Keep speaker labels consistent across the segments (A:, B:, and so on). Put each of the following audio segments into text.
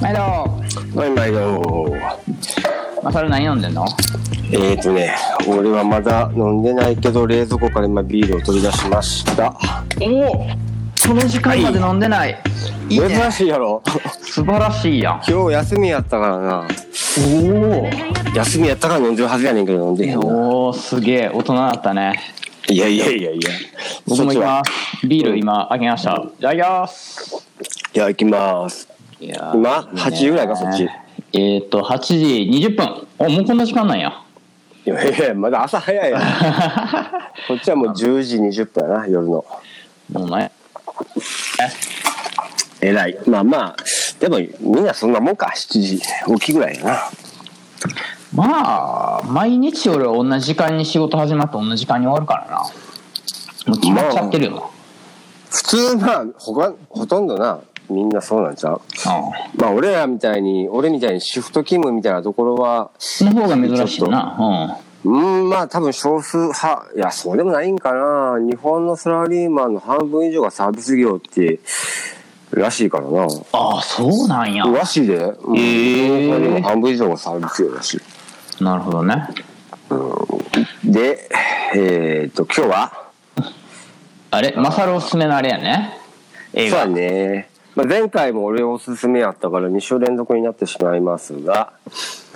A: 毎度
B: はい、毎度。
A: マサル何飲んでんの
B: えーとね、俺はまだ飲んでないけど、冷蔵庫から今ビールを取り出しました。
A: おおその時間まで飲んでない、い、いね
B: 珍しいや ろ。
A: 素晴らしいやん
B: 今日休みやったからな。
A: お
B: 休みやったから飲んでるはずやねんけど、飲んでへん
A: お
B: な。
A: おおすげえ大人だったね
B: いやいやいやいや。
A: 僕も
B: そっちは
A: 今ビール今あげましたいただきます
B: いや、行きます。
A: いやー
B: 今
A: いいね
B: 8時ぐらいかそっち
A: えーっと8時20分おもうこんな時間なん や
B: いやいや、まだ朝早 いな。こっちはもう10時20分やな、夜の。
A: もうね
B: えらい。まあまあ、でもみんなそんなもんか、7時。大きいぐらいやな。
A: まあ毎日俺は同じ時間に仕事始まって同じ時間に終わるからなもう決まっちゃってるよな、
B: 普通な、ほか、ほとんどな、みんなそうなんちゃう
A: うん
B: まあ俺らみたいに俺みたいにシフト勤務みたいなところは
A: の方が珍しいな。
B: うんまあ多分少数派いやそうでもないんかな日本のサラリーマンの半分以上がサービス業ってらしいからな
A: うん。ああ、そうなんや。
B: らしいで、うん
A: へえ
B: 日本の半分以上がサービス業らし
A: なるほどね。
B: いでえっと今日は
A: あれ、マサルおすすめのあれやね。映
B: そう
A: 画。
B: だね、まあ、前回も俺おすすめやったから2週連続になってしまいますが、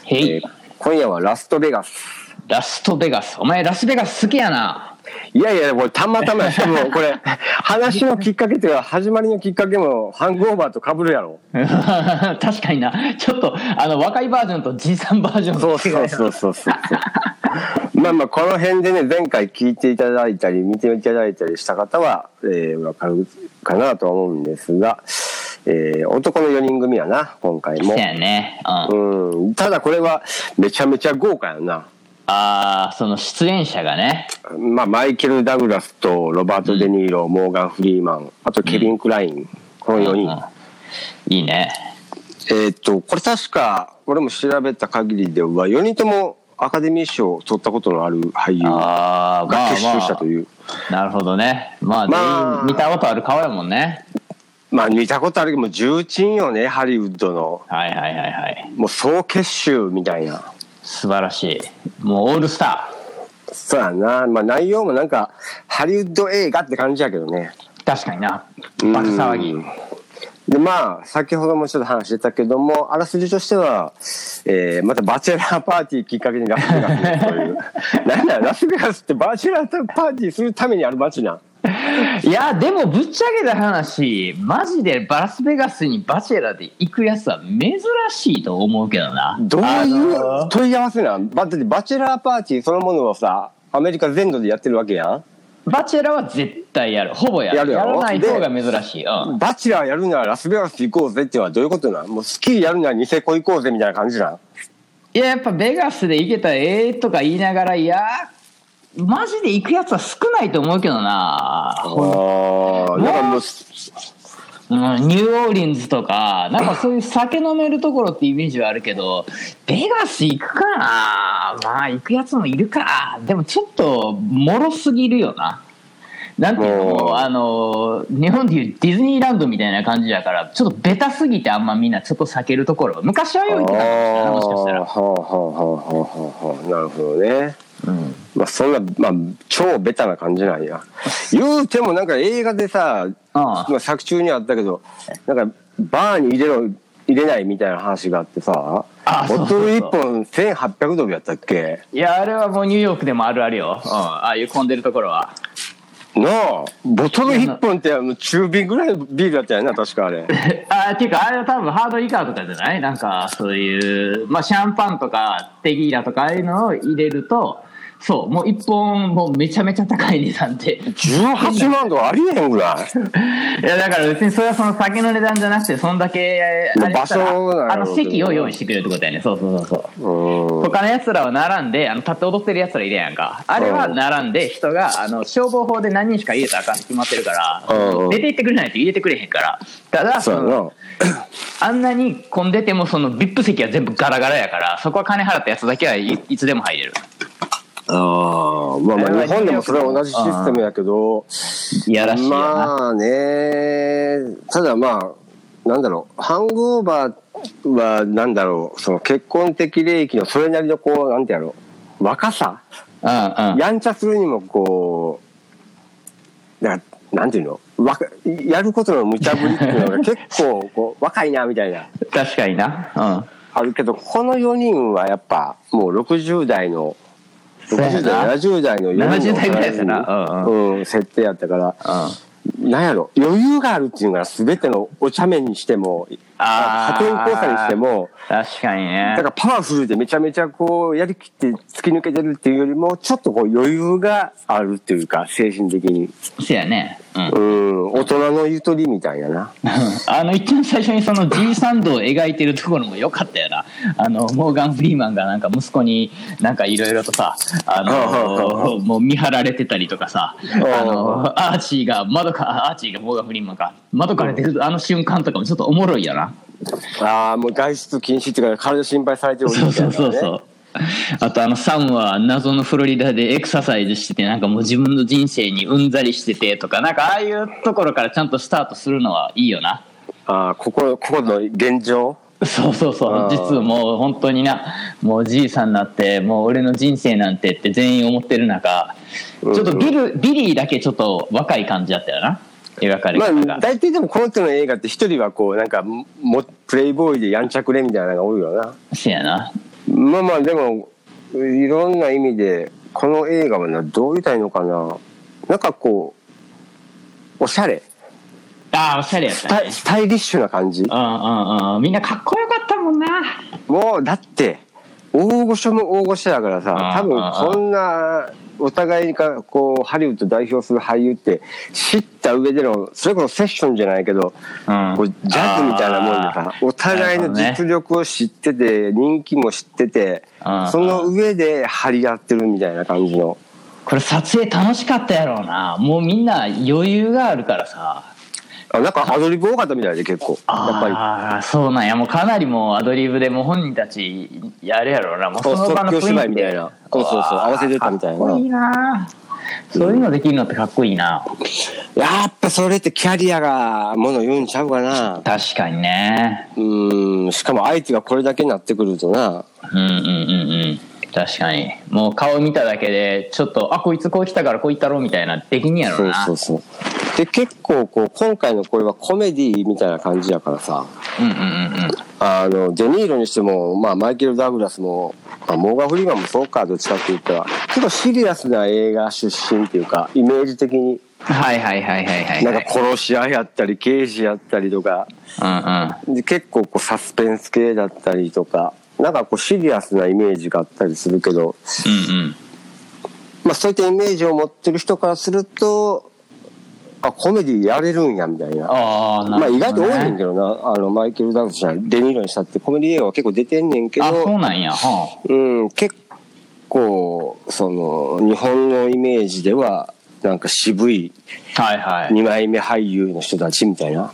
A: へ
B: えー
A: い、
B: 今夜はラストベガス
A: ラストベガス。お前ラスベガス好きやな。
B: いやいや、これたまたまやしかもこれ、話のきっかけというか、始まりのきっかけも、ハングオーバーと被るやろ。
A: 確かにな。ちょっと、あの、若いバージョンとじいさんバージョン。
B: そうそうそうそうそう。まあまあ、この辺でね、前回聞いていただいたり、見ていただいたりした方は、えー、わかるかなとは思うんですが、えー、男の4人組やな、今回
A: そ
B: も
A: う。やね。うん。あ
B: うん、ただこれは、めちゃめちゃ豪華やな。
A: あー、その出演者がね。
B: まあ、マイケル・ダグラスとロバート・デ・ニーロ、モーガン・フリーマン、あとケビン・クライン、この4人。
A: うんいいね。
B: えーっと、これ確か、俺も調べた限りでは、4人ともアカデミー賞を取ったことのある俳優が
A: ああ、まあ
B: 結集し
A: ま
B: たという。
A: あ。なるほどね。まあ、
B: まあ
A: 全員見たことある顔やもんね。
B: まあ、見たことあるけど、もう重鎮よね、ハリウッドの。
A: はいはいはいはい。
B: もう総結集みたいな。
A: 素晴らしい。もうオールスター。
B: そうやな。まあ、内容もなんか、ハリウッド映画って感じやけどね。
A: 確かになバカ騒ぎ
B: うんで、まあ、先ほどもちょっと話してたけども、あらすじとしては、えー、またバチェラーパーティーきっかけにラスベガスにと いう。なんだよ、ラスベガスってバチェラーパーティーするためにある街なん。
A: いやでもぶっちゃけた話マジでラスベガスにバチェラで行くやつは珍しいと思うけどな
B: どう
A: あ
B: いう
A: の
B: 問い合わせなんだってバチェラーパーティーそのものをさ、アメリカ全土でやってるわけや
A: バチェラは絶対やるほぼやる
B: やるやろ
A: らない方が珍しい、うん
B: ん。バチェラーやるならラスベガス行こうぜっていうのはどういうことなんもうスキーやるならニセコ行こうぜみたいな感じなん
A: いややっぱベガスで行けたらええとか言いながらいやマジで行くやつは少ないと思うけどな、
B: ああ、だから
A: うん、
B: もう、
A: ニューオーリンズとかなんかそういう酒飲めるところってイメージはあるけどベガス行くかなまあ行くやつもいるかでもちょっともろすぎるよななんていうの
B: もう
A: もうあの日本でいうディズニーランドみたいな感じだからちょっとベタすぎてあんまみんなちょっと避けるところ昔はよいってたんですよねもしかした
B: あーは
A: ら、
B: あはあはあはあはあなるほどね。
A: うん、
B: まあそんな、まあ、超ベタな感じなんや。言うてもなんか映画でさ、
A: ああ
B: まあ作中にはあったけど、なんかバーに入れろ、入れないみたいな話があってさ、
A: あそうそ
B: ボ
A: うそう
B: トル1本1800ドルやったっけ
A: いやあれはもうニューヨークでもあるあるよ、うん、ああいう混んでるところは
B: なあ、ボトル1本ってあの中瓶ぐらいのビールだったよな、確かあれ。
A: あっていうかあれは多分ハードリカーとかじゃないなんかそういう、まあ、シャンパンとかテギーラとかああいうのを入れるとそうもう一本もうめちゃめちゃ高い値段で
B: 18万とかありえへんぐら
A: い
B: い。
A: やだから別にそれはその酒の値段じゃなくてそんだけあれ
B: まあ
A: したら
B: 場所な
A: あ
B: んやろうけど
A: の席を用意してくれるってことやねそうそうそうそう
B: うん。
A: 他の奴らは並んであの立って踊ってる奴らいるやんかあれは並んで人があの消防法で何人しか入れたらあかんって決まってるから
B: うん
A: 出ていってくれないと入れてくれへんからただ
B: そう
A: そ
B: や
A: の
B: な。
A: あんなに混んでてもその VIP 席は全部ガラガラやからそこは金払ったやつだけはいいつでも入れる
B: ああ、まあまあ日本でもそれは同じシステムやけど、
A: いやらしいよな、
B: まあねただまあなんだろうハングオーバーは、なんだろう、その結婚的礼儀のそれなりのこう、なんてやろう、若さ
A: うんうん。
B: やんちゃするにもこう、ななんていうのわかやることの無茶ぶりっていうのが結構こう若いなみたいな、
A: 確かにな。
B: あるけど、この4人はやっぱもう60代の、
A: そうやな
B: 60代、70代の
A: う
B: 4
A: ん。
B: 人の
A: 70代ぐらいだな。うんうん。
B: うん、設定やったから、
A: うん。
B: なんやろ、余裕があるっていうのが全てのお茶目にしても、
A: あ
B: 家
A: ー
B: 庭交際にしても、
A: 確かにね
B: だか。らパワフルでめちゃめちゃこうやりきって突き抜けてるっていうよりもちょっとこう余裕があるっていうか精神的に
A: せやね。うん。
B: うん大人のゆとりみたいなな
A: あの一番最初にその G サンドを描いてるところも良かったよなあのモーガン・フリーマンがなんか息子になんかいろいろとさあのもう見張られてたりとかさあのアーチーが窓かアーチーがモーガン・フリーマンか窓から出るあの瞬間とかもちょっとおもろいよな
B: ああもう外出禁止っていうか体心配されておる
A: そう
B: みたい
A: そ
B: な、
A: う
B: ね、
A: そうそうあとあのサムは謎のフロリダでエクササイズしててなんかもう自分の人生にうんざりしててとかなんかああいうところからちゃんとスタートするのはいいよな
B: ああここここの現状
A: そうそうそう
B: あー
A: 実はもう本当になもうじいさんになってもう俺の人生なんてって全員思ってる中ちょっとビルビリーだけちょっと若い感じだったよな描かれ
B: ま
A: 方
B: あ
A: が、
B: 大体でもこの手の映画って一人はこうなんかもプレイボーイでやんちゃくれみたいなのが多いよな
A: せやな
B: まあまあでもいろんな意味でこの映画はなどう言いたらいのかななんかこうおしゃれ
A: ああおしゃれやっ
B: ス
A: た
B: タ
A: ね
B: イスタイリッシュな感じ
A: うんうんうんみんなかっこよかったもんな
B: もうだって大御所も大御所だからさ
A: あー
B: 多分こんなお互いがこうハリウッド代表する俳優って知った上でのそれこそセッションじゃないけど
A: うん
B: こうジャズみたいなもんでさ
A: あー
B: お互い
A: な
B: の
A: るほど
B: 実
A: ね
B: 力を知ってて人気も知ってて
A: あー
B: その上で張り合ってるみたいな感じの。
A: これ撮影楽しかったやろうなもうみんな余裕があるからさ
B: あなんかアドリブ多かったみたいで結構やっぱ
A: ああそうなんやもうかなりもうアドリブでもう本人たちやるやろうなもう
B: りそう
A: その場
B: 即
A: の
B: 興芝
A: 雰囲
B: 居
A: 気
B: みたい
A: で
B: なそうそうそう合わせてたみたい
A: かっこ
B: ない
A: いなそういうのできるのってかっこいいな
B: やっぱそれってキャリアがもの言うんちゃうかな
A: 確かにね
B: うーんしかも相手がこれだけになってくるとな
A: うんうんうんうん確かにもう顔見ただけでちょっとあこいつこう来たからこういったろみたいなできんやろ
B: そう
A: な
B: そうそうで結構こう今回のこれはコメディみたいな感じやからさ
A: うんうんうん
B: あのデ・ニーロにしても、まあ、マイケル・ダグラスも、まあモーガン・フリーマンもそうかどっちかって言ったら結構シリアスな映画出身っていうかイメージ的に
A: はいはいはいはいはい
B: な
A: は
B: んか
A: い
B: 殺し合いやったり刑事やったりとか
A: うん
B: で結構こうサスペンス系だったりとかなんかこうシリアスなイメージがあったりするけど、
A: うんうんうん
B: まあ、そういったイメージを持ってる人からするとあコメディやれるんやみたいな。
A: ああな
B: まあ
A: るほど、ね、
B: 意外と多いねんけどな、あの、マイケル・ダウスじゃん、デニーロにしたってコメディ映画は結構出てんねんけ
A: あそう
B: ど、
A: なんやは
B: うん、結構、その、日本のイメージでは、なんか渋い
A: あはいはい
B: 2枚目俳優の人たちみたいな。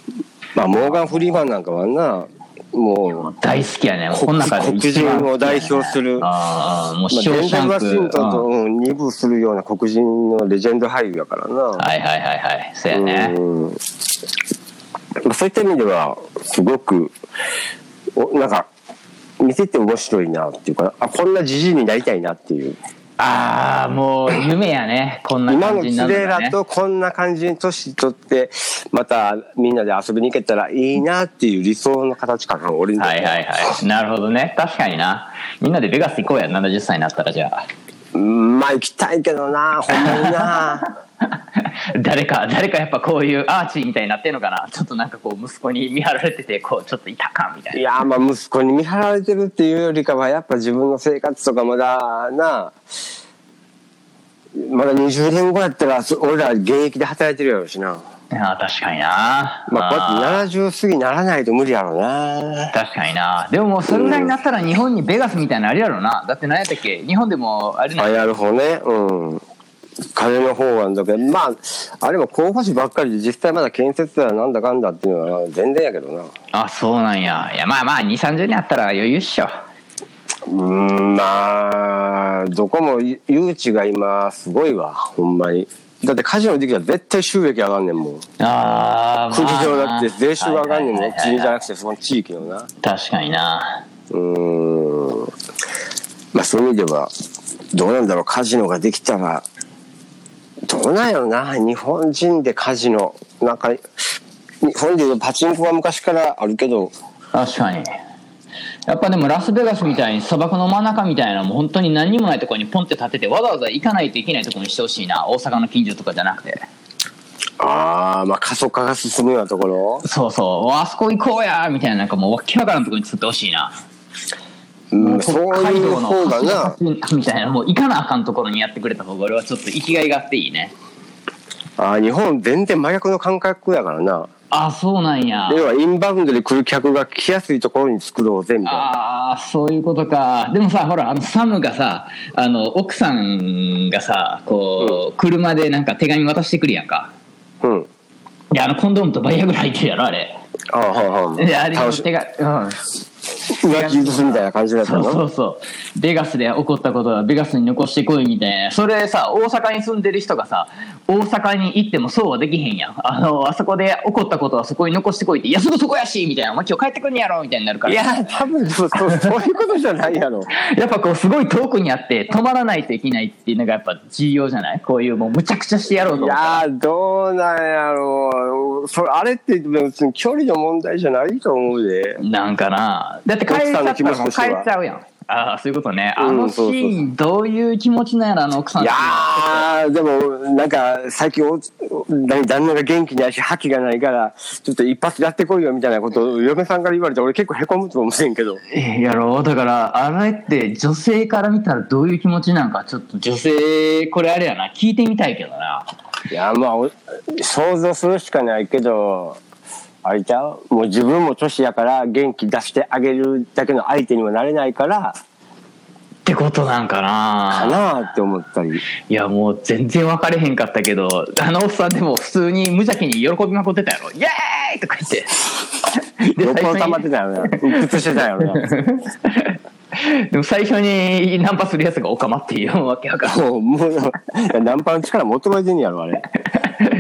B: まあ、モーガン・フリーマンなんかはな、もう、
A: 大好きやねこ
B: 黒
A: の中で
B: 黒
A: 一番
B: 人を代表する、まあ、
A: ああもうショー
B: デン
A: シ
B: ゼ
A: ャ
B: ル・
A: ン
B: ワシン
A: ク
B: トンと
A: うん
B: うん二部するような黒人のレジェンド俳優やからな。
A: はいはいはいはいそうやね
B: うんまあ、そういった意味ではすごくおなんか見てて面白いなっていうかあこんなじじいになりたいなっていう
A: ああもう夢やねこんな
B: 今
A: 感
B: の
A: じ
B: 連
A: になる
B: れ
A: んだ、ね、
B: らとこんな感じに年取ってまたみんなで遊びに行けたらいいなっていう理想の形かな俺にとっ
A: は
B: て
A: いはいはいなるほどね確かになみんなでベガス行こうや70歳になったらじゃあ
B: うんまあ行きたいけどなほんまにな
A: 誰か誰かやっぱこういうアーチーみたいになってんのかなちょっとなんかこう息子に見張られててこうちょっといたかみたい
B: い
A: な
B: やまあ息子に見張られてるっていうよりかはやっぱ自分の生活とかまだなまだ20年後やったらそ俺ら現役で働いてるやろうしな
A: あー確かにな
B: まあ、こう
A: あ
B: やって70過ぎにならないと無理やろうな
A: ー確かになでももうそれぐらいになったら日本にベガスみたいなのあれやろなだって何やったっけ日本でもあれな
B: あ
A: ん
B: やる方ねうん金の方なんだけどまああれも候補地ばっかりで実際まだ建設だなんだかんだっていうのは全然やけどな
A: あそうなんやいやまあまあ2 3 0になったら余裕っしょ
B: うんまあどこも誘致が今すごいわほんまにだってカジノの時期は絶対収益上がんねんもん。
A: ああ、
B: 国上だって税収が上がんねん
A: は
B: ね
A: いはいはいはい
B: 国じゃなくてその地域のな
A: 確かにな。
B: うーんまあそういう意味ではどうなんだろうカジノができたらどうなんやろな日本人でカジノなんか日本でいうとパチンコは昔からあるけど
A: 確かに。やっぱでもラスベガスみたいに砂漠の真ん中みたいなもう本当に何にもないところにポンって立ててわざわざ行かないといけないところにしてほしいな大阪の近所とかじゃなくて
B: ああまあ過疎化が進むようなところ
A: そうそうあそこ行こうやみたいななんかもうわけわからんところに作ってほしいな
B: う
A: も
B: ん
A: う北
B: そう
A: 海
B: いう
A: 道の
B: 方がな
A: 橋みたいなもう行かなあかんところにやってくれた方が俺はちょっと生きがいがあっていいね
B: あー日本全然真逆の感覚やからな
A: あそうなんや
B: 要はインバウンドで来る客が来やすいところに作ろうぜみたいな
A: ああそういうことかでもさほらあのサムがさあの奥さんがさこう、車でなんか手紙渡してくるやんか
B: うん
A: であのコンドームとバイアグラ入ってるやろあれ
B: ああはいはい
A: であれの
B: 楽し
A: 手が、うん、そ
B: 浮気許すみたいな感じだった
A: うそ
B: の
A: うそうベガスで起こったことはベガスに残してこいみたいなそれさ大阪に住んでる人がさ大阪に行ってもそうはできへんやんあのあそこで起こったことはそこに残してこいっていやすぐそこやしみたいなお前今日帰ってくんねやろみたいになるから
B: いや多分そうそうそういうことじゃないやろ
A: やっぱこうすごい遠くにあって止まらないといけないっていうのがやっぱ重要じゃないこういうもうむちゃくちゃしてやろう
B: い
A: と思ったら
B: やーどうなんやろうそれあれって別に距離の問題じゃないと思うで
A: なんかなだって帰っちゃったらもう帰っちゃうやんああそういうことねあ
B: う
A: の
B: ん
A: シ
B: そうそうそう
A: ーンどういう気持ちなんやろあの奥さん
B: いやーでもなんか最近お何旦那が元気ないし覇気がないからちょっと一発やってこいよみたいなことを嫁さんから言われて俺結構へこむと思うんけど
A: えやろうだからあれって女性から見たらどういう気持ちなんかちょっと女性これあれやな聞いてみたいけどない
B: やまあお想像するしかないけどあれちゃうもう自分も年やから元気出してあげるだけの相手にもなれないから
A: ってことなんかな
B: かなーって思ったり
A: いやもう全然分かれへんかったけどあのおっさんでも普通に無邪気に喜びまくってたやろ「イエーイ!」とか言って
B: どこを
A: 最
B: 溜まっ
A: 初
B: て
A: に
B: たよな靴してたよな
A: でも最初にナンパするやつがオカマっていうわけや からん
B: もうもういやナンパの力求めてんやろ あれ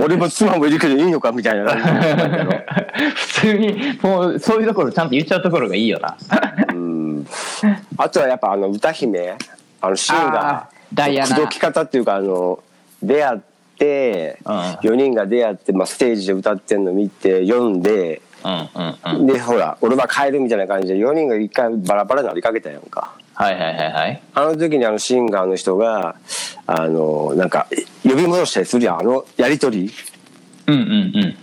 B: 俺も妻もいるけどいいのかみたいな
A: 普通にもうそういうところちゃんと言っちゃうところがいいよな
B: うんあとはやっぱあの歌姫あのシーン
A: あ
B: が
A: ーダイアナ
B: 口説き方っていうかあの出会って、
A: うん
B: 4人が出会って、まあ、ステージで歌ってんの見て読んで
A: うんうんうん
B: でほら俺は帰るみたいな感じで4人が一回バラバラになりかけたやんか
A: はいはいはいはい
B: あの時にあのシンガーの人があのなんか呼び戻したりするやんあのやり取り
A: うんうんうん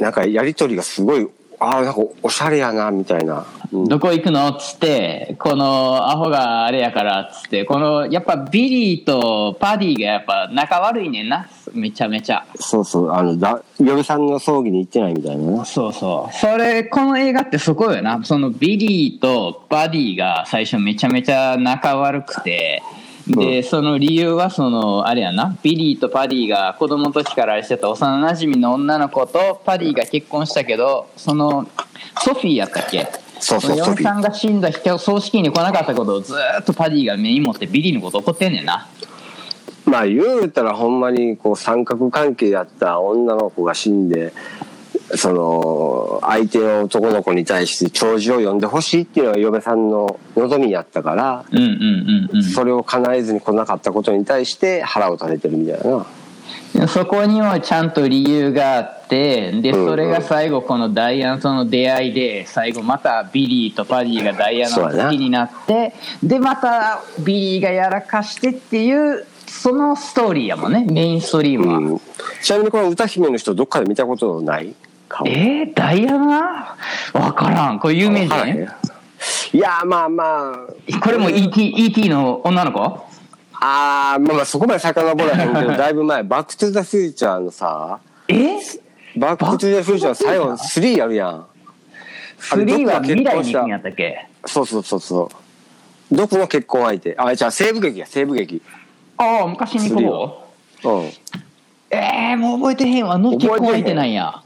B: なんかやり取りがすごいああなんかおしゃれやなみたいな、うん
A: どこ行くのっつって、このアホがあれやからっつって、このやっぱビリーとパディがやっぱ仲悪いねんな、めちゃめちゃ。
B: そうそうあのだ嫁さんの葬儀に行ってないみたいな
A: そうそう。それ、この映画ってそこよな。そのビリーとバディが最初めちゃめちゃ仲悪くて、で、その理由はその、あれやな、ビリーとパディが子供の時からあれしてた幼馴染の女の子とパディが結婚したけど、その、ソフィーやったっけ
B: そうそう
A: の
B: ソ
A: 嫁
B: フィー
A: さんが死んだ人葬式に来なかったことをずーっとパディが目に持ってビリーのこと怒ってんねんな。
B: まあ言うたらほんまにこう三角関係やった女の子が死んでその相手の男の子に対して弔辞を読んでほしいっていうのが嫁さんの望みやったから、
A: うんうんうんうん。
B: それを叶えずに来なかったことに対して腹を立ててるみたいな
A: そこにはちゃんと理由があってで
B: うんうん
A: それが最後このダイアンとの出会いで最後またビリーとパディがダイアナを
B: そうや
A: 好
B: な
A: きになってでまたビリーがやらかしてっていうそのストーリーやもんねメインストリームは、
B: うんちなみにこの歌姫の人どっかで見たことない顔
A: えー、ダイアナわからんこれ有名人
B: わからへんいやーまあまあ
A: これも ET, ET の女の子
B: あーまあまあそこまで遡らへんけどだいぶ前「バック・トゥ・ザ・フューチャー」のさ
A: え
B: 「バック・トゥ・ザ・フューチャー」の最後の3やるやんあれ
A: 3は未来に行くんやっ
B: どこが結婚し
A: たっけ
B: たそうそうそうそうどこの結婚相手あじゃあ西部劇や西部劇
A: ああ昔に行
B: 3
A: こう
B: はう
A: えー、もう覚えてへんわの結婚
B: 覚え
A: 相
B: てへ
A: 手
B: ん
A: なんや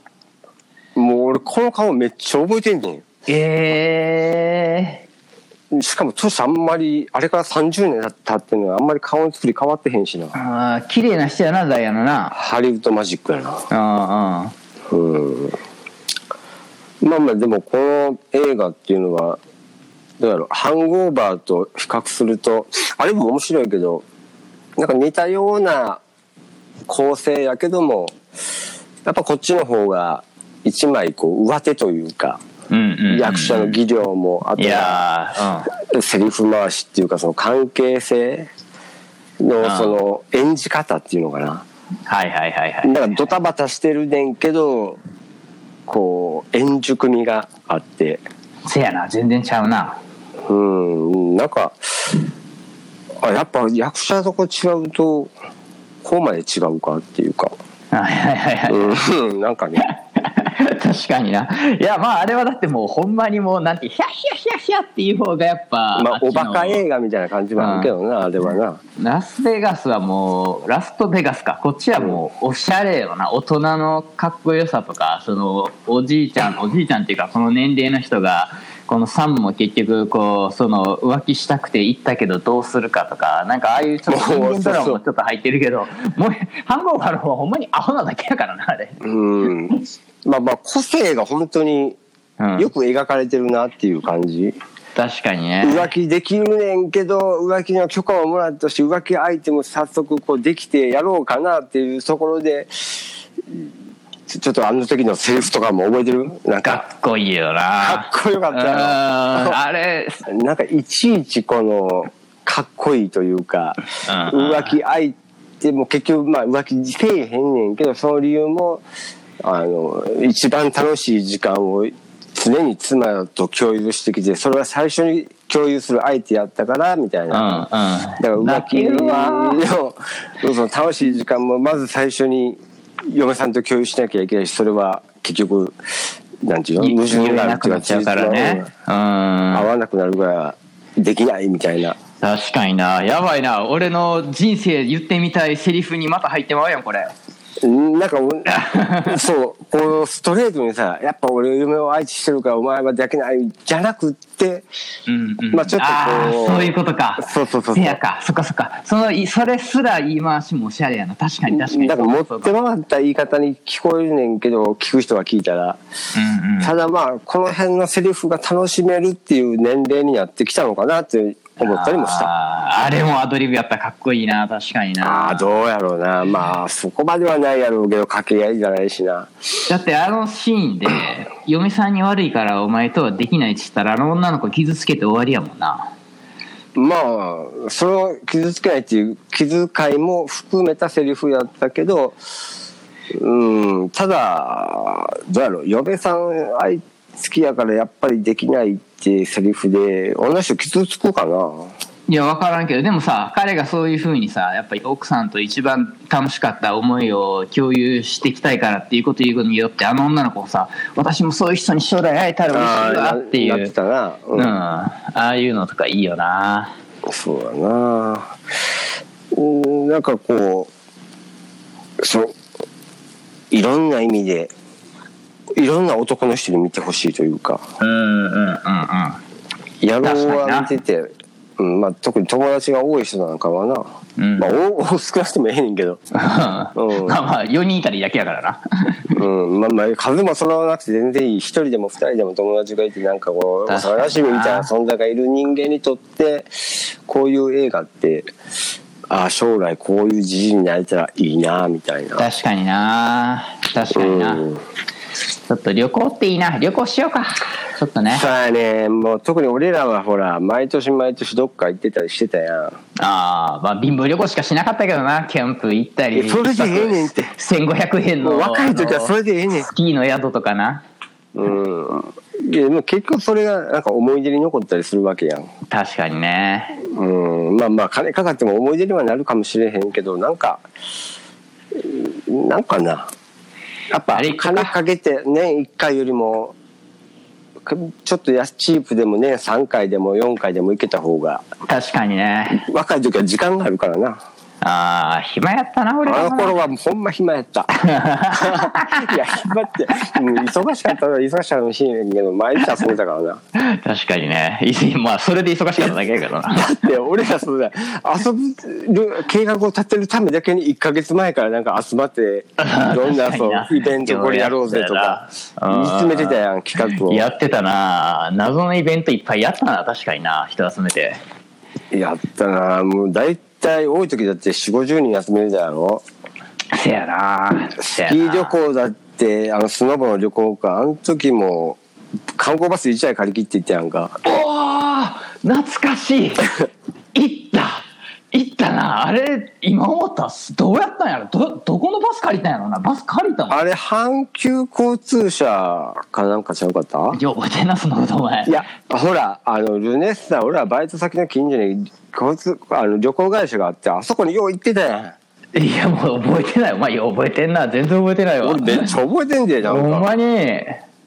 B: んもう俺この顔めっちゃ覚えてんねん
A: え
B: しかも年あんまり、あれから30年経ってんのにあんまり顔の作り変わってへんしな。
A: あー綺麗な人やなダイアナな
B: ハリウッドマジックやな。
A: あ
B: うん。まあまあ、でもこの映画っていうのは、どうやろう、ハングオーバーと比較すると、あれも面白いけど、なんか似たような構成やけども、やっぱこっちの方が一枚こう上手というか、
A: あうんうんうん
B: 役者の技量も、あ
A: い
B: とは
A: やーうん
B: セリフ回しっていうかその関係性の
A: あ
B: その演じ方っていうのかな
A: はいはいはいはい
B: だからドタバタしてるねんけどこう円熟味があって
A: せやな全然ちゃうな
B: うんなんかあやっぱ役者とこ違うとこうまで違うかっていうか
A: はいはいはいはい
B: うん なんかね
A: 確かにないやまああれはだってもうほんまにもうなんてヒャッヒャッヒャッヒャッっていう方がやっぱ、
B: まあ
A: っちの
B: おバカ映画みたいな感じもあるけどなあれはな
A: ラスベガスはもうラストベガスかこっちはもうおしゃれよな大人のかっこよさとかそのおじいちゃんおじいちゃんっていうかその年齢の人がこのサムも結局こうその浮気したくて行ったけどどうするかとかなんかああいうちょっと人間ドラマもちょっと入ってるけどもうハンゴーバーの方はほんまにアホなだけやからなあれ、
B: うんまあまあ個性が本当に
A: うん、
B: よく描かれてるなっていう感じ、
A: 確かにね
B: 浮気できるねんけど浮気の許可をもらったし浮気相手も早速こうできてやろうかなっていうところでちょちょっとあの時のセリフとかも覚えてるなん
A: か
B: か
A: っこいいよな
B: かっこよかったよ
A: うんあれ
B: なんかいちいちこのかっこいいというか
A: うんうん
B: 浮気相手も結局まあ浮気せえへんねんけどその理由もあの一番楽しい時間を常に妻と共有してきてそれは最初に共有する相手やったからみたいな。
A: うんう
B: だから
A: ん
B: 浮気
A: るわ
B: のその楽しい時間もまず最初に嫁さんと共有しなきゃいけないしそれは結局なんていうの矛盾
A: 言え
B: がある
A: な
B: って
A: く
B: いう
A: なっちゃうからね
B: 事実
A: う
B: が合
A: ん
B: わなくなるからできないみたいな
A: 確かになやばいな俺の人生言ってみたいセリフにまた入ってまうやんこれ
B: なんか おそうこうストレートにさやっぱ俺嫁を愛知してるからお前はできないじゃなくって
A: うんうん
B: まあちょっとこう
A: あーそういうことか
B: そうそうそうそう
A: せやかそっかそっかそのいそれすら言い回しもおしゃれやな確かに確かに
B: なんか持って回った言い方に聞こえるねんけど聞く人が聞いたら。
A: うんうん
B: ただまあこの辺のセリフが楽しめるっていう年齢になってきたのかなって思ったりもした
A: あーあれもアドリブやったらかっこいいな確かにな
B: ああーどうやろうなまあそこまではないやろうけど掛け合いじゃないしな
A: だってあのシーンで嫁さんに悪いからお前とはできないっつったらあの女の子傷つけて終わりやもんな
B: まあそれを傷つけないっていう気遣いも含めたセリフやったけどうんただどうやろう嫁さん愛好きやからやっぱりできないってセリフで同じ人傷つくかない
A: や分からんけどでもさ彼がそういうふうにさやっぱり奥さんと一番楽しかった思いを共有していきたいからっていうことを言うことによってあの女の子もさ私もそういう人に将来会えたら嬉しいわ
B: あ
A: ってい
B: なな
A: う
B: ってたな、
A: うん、ああいうのとかいいよな
B: そうだなうんなんかこうそのいろんな意味でいろんな男の人に見てほしいというか
A: うんうんうんうん
B: 野郎
A: 確かにな
B: は見てて、うんまあ、特に友達が多い人なんかはな、
A: うん
B: まあ、お お少なくてもええねんけど、
A: まあ
B: うん
A: まあ4人いたらいいだけやからな
B: うんまあまあ、数も揃わなくて全然いい一人でも二人でも友達がいてなんかこう
A: 確かに
B: 幼なじみみたいな存在がいる人間にとってこういう映画ってああ将来こういうじじいになれたらいいなみたいな。
A: 確かにな確かにな、
B: うん
A: ちょっと旅行っていいな旅行しようかちょっとね
B: そうやねもう特に俺らはほら毎年毎年どっか行ってたりしてたやん
A: ああまあ貧乏旅行しかしなかったけどなキャンプ行った
B: い
A: り
B: やそれでええねんって
A: 1500円
B: も
A: の
B: う若い時はそれでええねん
A: スキーの宿とかな
B: うんいやでも結局それがなんか思い出に残ったりするわけやん
A: 確かにね
B: うんまあまあ金かかっても思い出にはなるかもしれへんけどなんかうんなんかなやっぱ
A: あれ
B: 金かけて年1回よりもかちょっと安チープでもね3回でも4回でも行けた方が
A: 確かにね
B: 若い時は時間があるからな
A: ああ、暇やったな、俺
B: あ
A: は。
B: の頃はほんま暇やった。いや、暇って、うん忙しかったら忙しかったらしいねんけど、毎日遊んでたからな。
A: 確かにね。いつまあ、それで忙しかっただけやけどな。
B: で、俺らそのね、遊ぶ計画を立てるためだけに1ヶ月前からなんか集 まって、いろんな
A: 確か
B: そ
A: にな
B: う、イベントこれやろうぜとか、
A: うん
B: 言い詰めてたやん、企画を。
A: やってたな謎のイベントいっぱいやったな、確かにな。人集めて。
B: やったなもう大体多い時だって4、50人集めるだろ。
A: せやな
B: ス
A: ス
B: キー旅行だって、あの、スノボの旅行か、あの時も、観光バス1台借り切って行ったやんか。
A: おー懐か しい行った行ったなあれ今思ったらどうやったんやろどどこのバス借りたんやろなバス借りたの
B: あれ、阪急交通社かなんかちゃうかった
A: よう覚えてんなそのことお前
B: いや、ほら、あの、ルネッサ、俺らバイト先の近所に交通、あの、旅行会社があって、あそこによう行ってたやん。
A: いやもう覚えてないお前よう覚えてんな全然覚えてないわ
B: 俺めっちゃ覚えてんだ
A: ほ
B: よ、なんんか。
A: まに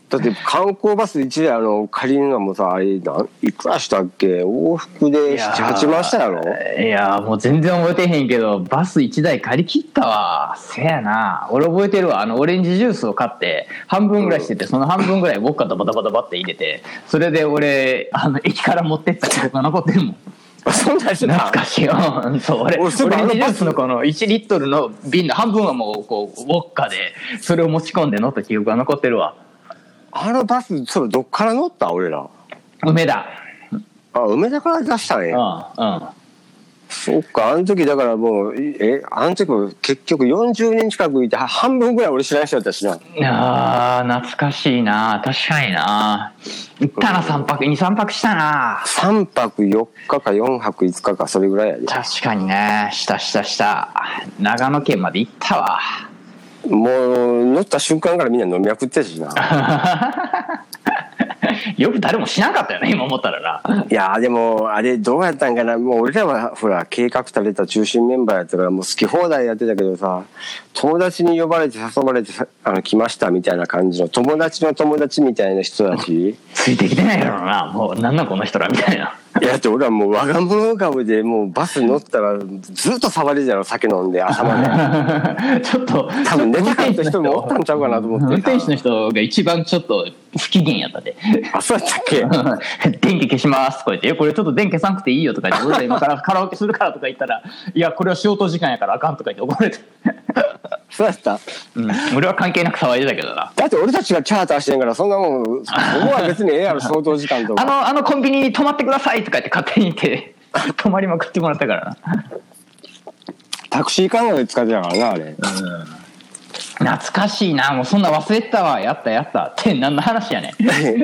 B: だって観光バス1台、あの、借りるのもさ、あれ、なんいくらしたっけ往復
A: い
B: で
A: や
B: 7、8万したやろ
A: いやもう全然覚えてへんけどバス1台借り切ったわせやな俺覚えてるわあのオレンジジュースを買って半分ぐらいしてて、その半分ぐらい僕がドバドバドバって入れてそれで俺あの駅から持ってった記憶が残ってるもん
B: そんなんして
A: 懐か
B: た
A: しいよそう俺
B: 俺そう
A: オ
B: いえ
A: レ
B: ばあ
A: ン
B: の
A: ジジュー
B: バ
A: ス
B: ス
A: のこの1リットルの瓶の半分はもうこうウォッカでそれを持ち込んで乗った記憶が残ってるわ
B: あのバス、それどっから乗った俺ら。
A: 梅田
B: あ、梅田から出したん
A: うんう
B: や。
A: ん
B: そっか、あの時だからもう、え、あの時も結局40人近くいて、は半分ぐらい俺知らん人だったしな。
A: あー懐かしいな確かにな行ったな3泊23泊したな
B: 3泊4日か4泊5日かそれぐらいやで
A: 確かにねしたしたした長野県まで行ったわ
B: もう乗った瞬間からみんな飲みまくってたしな
A: よく誰もしなかったよね今思ったらない
B: やーでもあれどうやったんかなもう俺らはほら計画された中心メンバーやったからもう好き放題やってたけどさ友達に呼ばれて誘われてさあの来ましたみたいな感じの友達の友達みたいな人たち
A: ついてきてないやろなもうなんなんこの人らみたいない
B: やだって俺はもう我が物顔でもうバス乗ったらずっと触れじゃろ酒飲んで 朝ま で
A: ちょっと
B: 多分寝たかった人もおったんちゃうかなと思って
A: 運 転手の人が一番ちょっと不機嫌やったで
B: あそうやったっけ
A: 「電気消します」とか言っていや「これちょっと電気消さなくていいよ」とか言って「俺ら今からカラオケするから」とか言ったら「いやこれは仕事時間やからあかん」とか言って怒られて、
B: そうやった
A: うん、俺は関係なく騒いでたけどな
B: だって俺たちがチャーターしてんからそんなもんそこは別にええやろ相当時間と
A: あ
B: か
A: のあのコンビニに泊まってくださいとか言って勝手に行って 泊まりまくってもらったからな
B: タクシーカーナで使ってたからなあれ
A: 懐かしいなもうそんな忘れてたわやったやったって何の話やね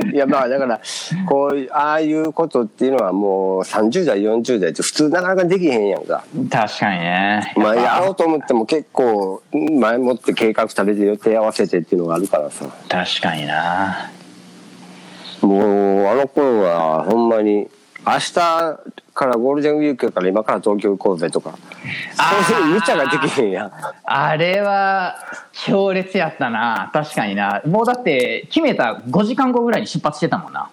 A: ん
B: いやまあだからこういうああいうことっていうのはもう30代40代って普通なかなかできへんやんか、
A: 確かにね
B: まあ、やろうと思っても結構前もって計画立てて予定合わせてっていうのがあるからさ
A: 確かにな
B: もうあの頃はほんまに明日からゴールデンウィークやから今から東京行こうぜとかそういう無茶ができへんやん
A: あれは強烈やったな確かになもうだって決めた5時間後ぐらいに出発してたもんな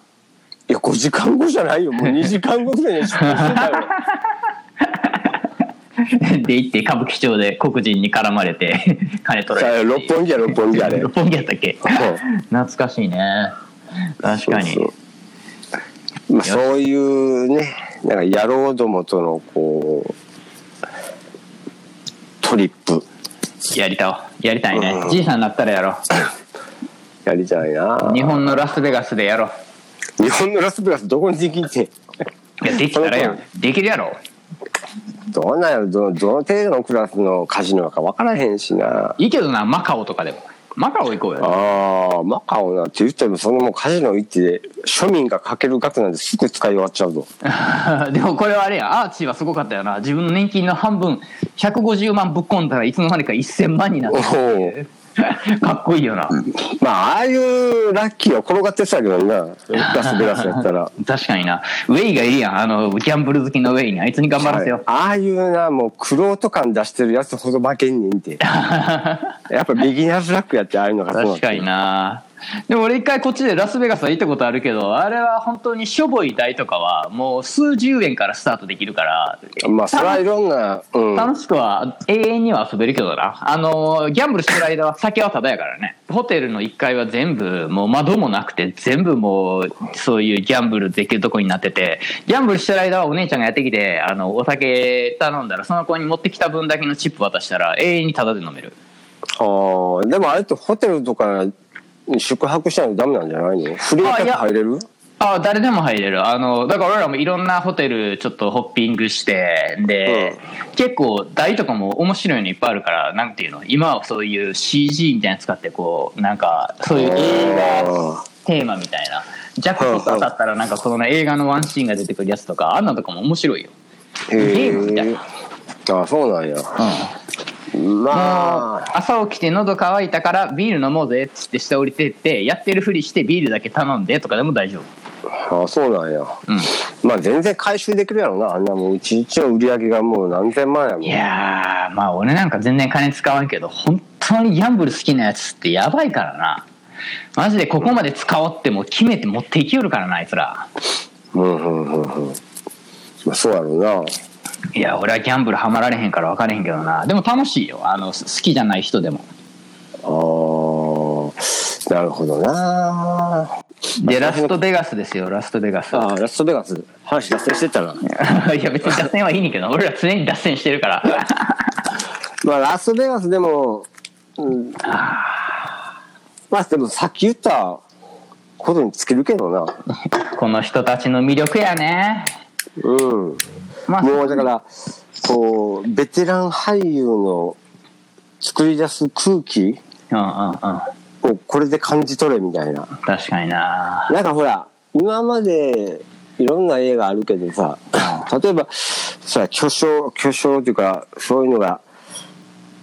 A: い
B: や、5時間後じゃないよ。もう2時間後ぐらいに出発してた よ。
A: で行って歌舞伎町で黒人に絡まれて 金取られ
B: さあ
A: て
B: 六本木や、六本木やで。
A: 六本木やったっけ
B: そう
A: 懐かしいね確かに
B: そうそうまあ、そういうね、なんか野郎どもとの、こう、トリップ
A: やりたわやりたいね
B: うん
A: じいさんになったらやろ
B: やりたいな
A: う。日本のラスベガスでやろう
B: 日本のラスベガスどこにできんねん
A: いやできたらや
B: その
A: んできるやろ
B: どうなんやろど、どの程度のクラスのカジノか分からへんしな。
A: いいけどなマカオとかでもマカオ行こうよ
B: ああ、マカオなって言っても、そのもうカジノ行って、庶民がかける額なんてすぐ使い終わっちゃうぞ。
A: でもこれはあれやアーチーはすごかったよな自分の年金の半分150万ぶっ込んだらいつの間にか1000万になっ
B: お
A: て
B: お。
A: かっこいいよな
B: まあ、ああいうラッキーは転がってたけどな、ラスベガスやったら。
A: 確かになウェイがいるやんあのギャンブル好きのウェイにあいつに頑張らせよう、
B: ああいうな、もう、クロート感出して るやつほど負けんねんって。やっぱビギナーズラックやって、ああいうのがそうな
A: 確
B: んだ
A: かになでも俺一回こっちでラスベガスは行ったことあるけどあれは本当にしょぼい台とかはもう数十円からスタートできるから
B: まあそれはいろんな、うん、
A: 楽しくは永遠には遊べるけどなあのギャンブルしてる間は酒はタダやからねホテルの1階は全部もう窓もなくて全部もうそういうギャンブルできるとこになっててギャンブルしてる間はお姉ちゃんがやってきてあのお酒頼んだらその子に持ってきた分だけのチップ渡したら永遠にタダで飲める
B: ああでもあれってホテルとか宿泊したらダメなんじゃないのフリー
A: あい
B: 客
A: や
B: 入れる
A: あ誰でも入れるあのだから俺らもいろんなホテルちょっとホッピングしてで、結構台とかも面白いのいっぱいあるからなんていうの今はそういう CG みたいなの使ってこうなんかそういう映画テーマみたいなジャックとか当たったらなんかこの映画のワンシーンが出てくるやつとかあんなんとかも面白いよ、
B: へ
A: ゲームみたい
B: え
A: な
B: ああそうなんや
A: うん
B: まあ
A: 朝起きて喉乾いたからビール飲もうぜっつって下降りてってやってるふりしてビールだけ頼んでとかでも大丈夫
B: ああそうなんや、
A: うん
B: まあ全然回収できるやろなあんなもううち一の売り上げがもう何千万やもん
A: いやーまあ俺なんか全然金使わんけど本当にギャンブル好きなやつってやばいからなマジでここまで使おうってもう決めて持っていきよるからなあいつら
B: うんうんうんうんまあそうやろうない
A: や俺はギャンブルハマられへんから分かれへんけどなでも楽しいよあの好きじゃない人でも
B: あーなるほどな
A: でラストベガスですよラストベガスい
B: ああラストベガス話脱線してたな
A: や別に脱線はいいねんけど俺ら常に脱線してるから
B: まあラストベガスでも、うん、まあでもさっき言ったことに尽きるけどな
A: この人たちの魅力やね
B: うん
A: まあ
B: もうだからこうベテラン俳優の作り出す空気
A: うんうんうん
B: をこれで感じ取れみたいな
A: 確かにな
B: なんかほら今までいろんな映画あるけどさ例えばさ巨匠巨匠というかそういうのが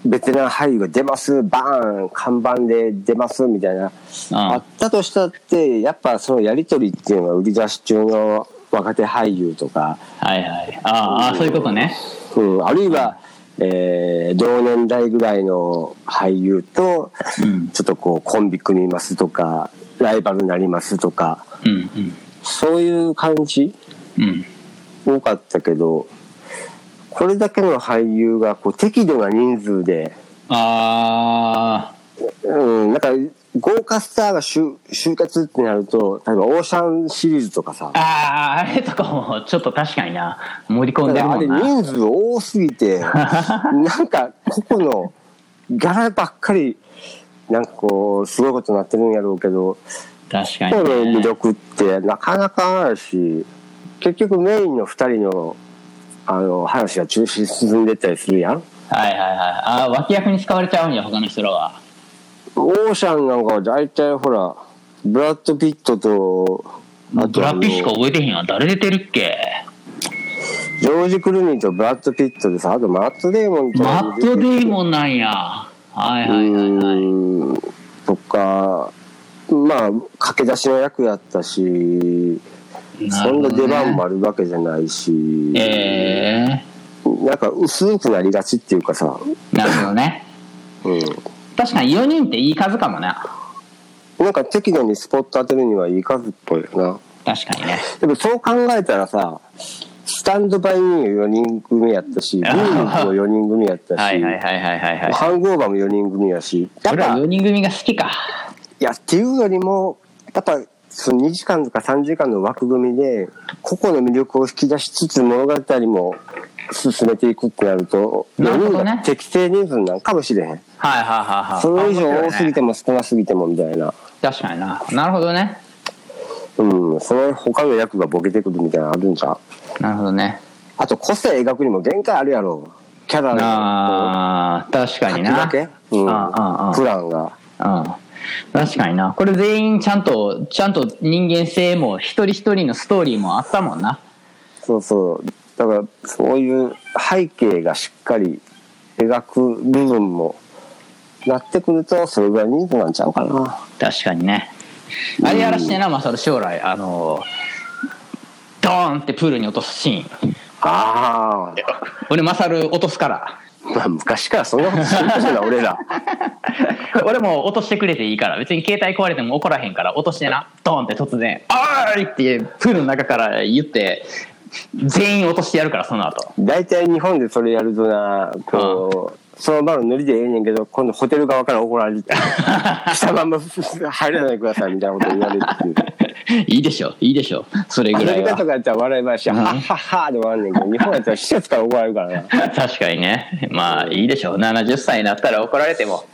B: ベテラン俳優が出ますバーン看板で出ますみたいなあったとしたってやっぱそのやり取りっていうのは売り出し中の若手俳優とか、
A: はいはいああそういうことね
B: うん、あるいは、えー同年代ぐらいの俳優と
A: うん
B: ちょっとこうコンビ組みますとかライバルになりますとか
A: うん
B: そういう感じ
A: うんうん
B: 多かったけどこれだけの俳優がこう適度な人数で、
A: あ
B: うん、なんか豪華スターが集集結ってなると例えばオーシャンシリーズとかさ
A: ーあーあれとかもちょっと確かにな盛り込んでる
B: あ
A: も
B: れ
A: んな
B: 人数多すぎてなんか個々の柄ばっかりなんかこうすごいことになってるんやろうけど
A: 確か
B: 個
A: に
B: 々の魅
A: ね
B: 力ってなかなかあるし結局メインの2人のあの話が中心に進んでったりするやん。
A: はいはいはいああ脇役に使われちゃうんや他の人らは
B: オーシャンなんかは大体ほらブラッド・ピットとあ
A: ド
B: とあ
A: ラ
B: の
A: ピー
B: ジ
A: しか
B: ョ
A: 覚えてへんわ誰出てるっけ
B: ージ・クルーニーとブラッド・ピットでさあとマット・デーモンと
A: マット・デーモンなんやはいはいはいはいう
B: ーんとかまあ駆け出しの役やったし、
A: な
B: そ
A: る
B: ん
A: ほど
B: な
A: ね
B: 出番もあるわけじゃないし、
A: え
B: なんか薄くなりがちっていうかさ、
A: ー、なるほどね
B: うん、
A: 確かに4人っていい数かもな
B: なんか適度にスポット当てるにはいい数っぽいよな
A: 確かにね
B: でもそう考えたらさスタンドバイミー4人組やったし ビームズも4人組やったし
A: はいはいはいはいはいはい
B: ハングオーバーも4人組やしやっ
A: 俺
B: ぱ
A: はい4人組が好きか
B: やっていうよりもやっぱその2時間とか3時間の枠組みで個々の魅力を引き出しつつ物語も進めていくってなると
A: な
B: 4
A: るほどね
B: 人が適正人数なんかもしれへん
A: はいはいはいはい
B: それ以上多すぎても少なすぎてもみたいな
A: 確かにななるほどね
B: うんその他の役がボケてくるみたいなのあるんじゃう
A: なるほどね
B: あと個性描くにも限界あるやろキャラの
A: あー確かにな
B: だけ、うん
A: ああ
B: プランが
A: うん確かになこれ全員ちゃんとちゃんと人間性も一人一人のストーリーもあったもんな
B: そうそうだからそういう背景がしっかり描く部分もなってくるとそれぐらい人数なんちゃうかな
A: 確かにねあれやらしてなマサル将来あのドーンってプールに落とすシーン
B: ああ
A: 俺マサル落とすから
B: まあ昔からそんなことしてるしな俺ら
A: 俺も落としてくれていいから別に携帯壊れても怒らへんから落としてなドーンって突然「あーい!」ってプールの中から言って全員落としてやるからその後
B: 大体日本でそれやるとなこう、その場の塗りでええねんけど今度ホテル側から怒 られて来たまんま入らないでくださいみたいなこと言われるっていう
A: いいでしょいいでしょそれ
B: ア
A: ぐら
B: メ
A: い
B: リカ
A: は
B: とかやったら笑い話や、
A: うん
B: はっはっはで終わんねんけど日本やったら施設から怒られるからな
A: 確かにねまあいいでしょう70歳になったら怒られても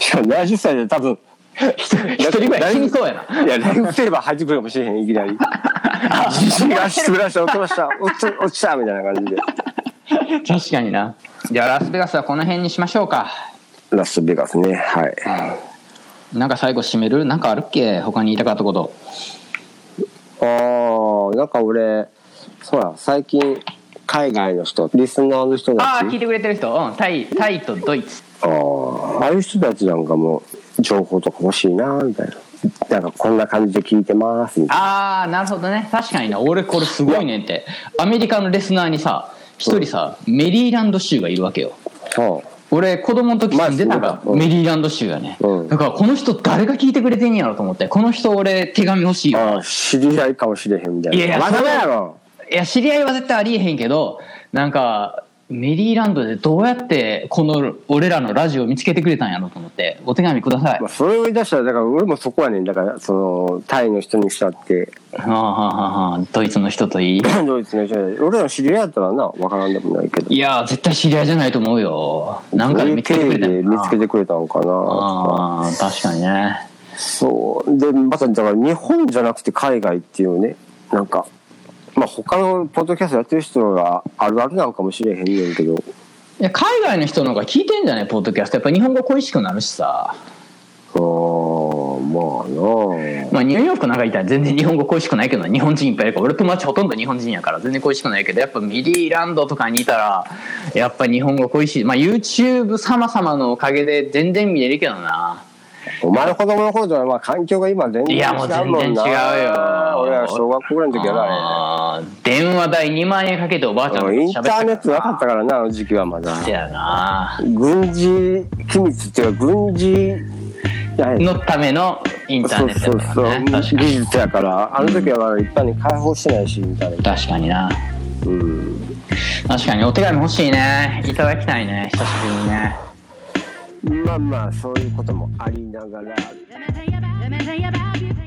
B: しかも70歳で多分
A: 一人ぐらい死にそうやない
B: やライフセーバー入ってくるかもしれへんいきなり地 震が足滑らした落ちました落ち落ちたみたいな感じで
A: 確かになじゃあラスベガスはこの辺にしましょうか
B: ラスベガスねはい
A: なんか最後締めるなんかあるっけ他に言いたかったこと
B: あーなんか俺そうや最近海外の人リスナーの人
A: ああ
B: た
A: 聞い
B: ち
A: てくれてる人うんタイタイとドイツ
B: あーああいう人たちなんかも情報とか欲しいなみたいななんかこんな感じで聞いてますみたい
A: ああなるほどね確かにな俺これすごいねんってアメリカのレスナーにさ一人さメリーランド州がいるわけよ
B: なは
A: 俺子供の時住んでたのが
B: まあそうだうん
A: メリーランド州やね、
B: うん
A: だからこの人誰が聞いてくれてんやろと思ってこの人俺手紙欲しい
B: あ
A: よ
B: あー知り合いかもしれへんみたいない
A: やいや
B: まだやろ
A: いや知り合いは絶対ありえへんけどなんかメリーランドでどうやってこの俺らのラジオを見つけてくれたんやろと思ってお手紙ください、
B: まあ、それを言い出したらだから俺もそこはねだからそのタイの人にしたって
A: はあはあはあドイツの人といい
B: ドイツの人で俺らの知り合いやったらなわからんでもないけど
A: いや絶対知り合いじゃないと思うよなんか
B: どう
A: で
B: いう
A: 見つけてくれ
B: 経緯
A: たんや
B: で
A: ろ
B: 見
A: な
B: つけてくれたのかな
A: ああ確かにね
B: そうでまただから日本じゃなくて海外っていうねなんかまあ他のポッドキャストやってる人があるあるなのかもしれへんねんけど
A: いや海外の人の方が聞いてんじゃないポッドキャストやっぱ日本語恋しくなるしさ、
B: あーまあな
A: まあ、ニューヨークなんかいたら全然日本語恋しくないけど日本人いっぱいいるから俺友達ほとんど日本人やから全然恋しくないけどやっぱミリーランドとかにいたらやっぱ日本語恋しい、まあ、YouTube 様々のおかげで全然見れるけどな
B: お前の子供の頃とはまあ環境が今全然
A: い
B: 違
A: やもう全
B: うも
A: 然違
B: ん
A: う
B: な
A: よ
B: 俺ら小学校ぐらいの時は
A: あー電話代2万円かけておばあちゃんと
B: な
A: 喋
B: イ
A: っ
B: ンタ
A: た
B: ーネットなかったからなあの時期はまだ
A: そうやな
B: 軍事機密っていうか軍事何や
A: のためのインター
B: そう
A: ネッ
B: そ
A: トやか
B: うそう
A: らね確かに
B: 技術やからあの時はまだ一般に解放してないしみたいな
A: 確かにな
B: うん
A: 確かにお手紙欲しいねいただきたいね久しぶりにね
B: まあまあそういうこともありながら
C: Let me tell you about, let me tell you about you.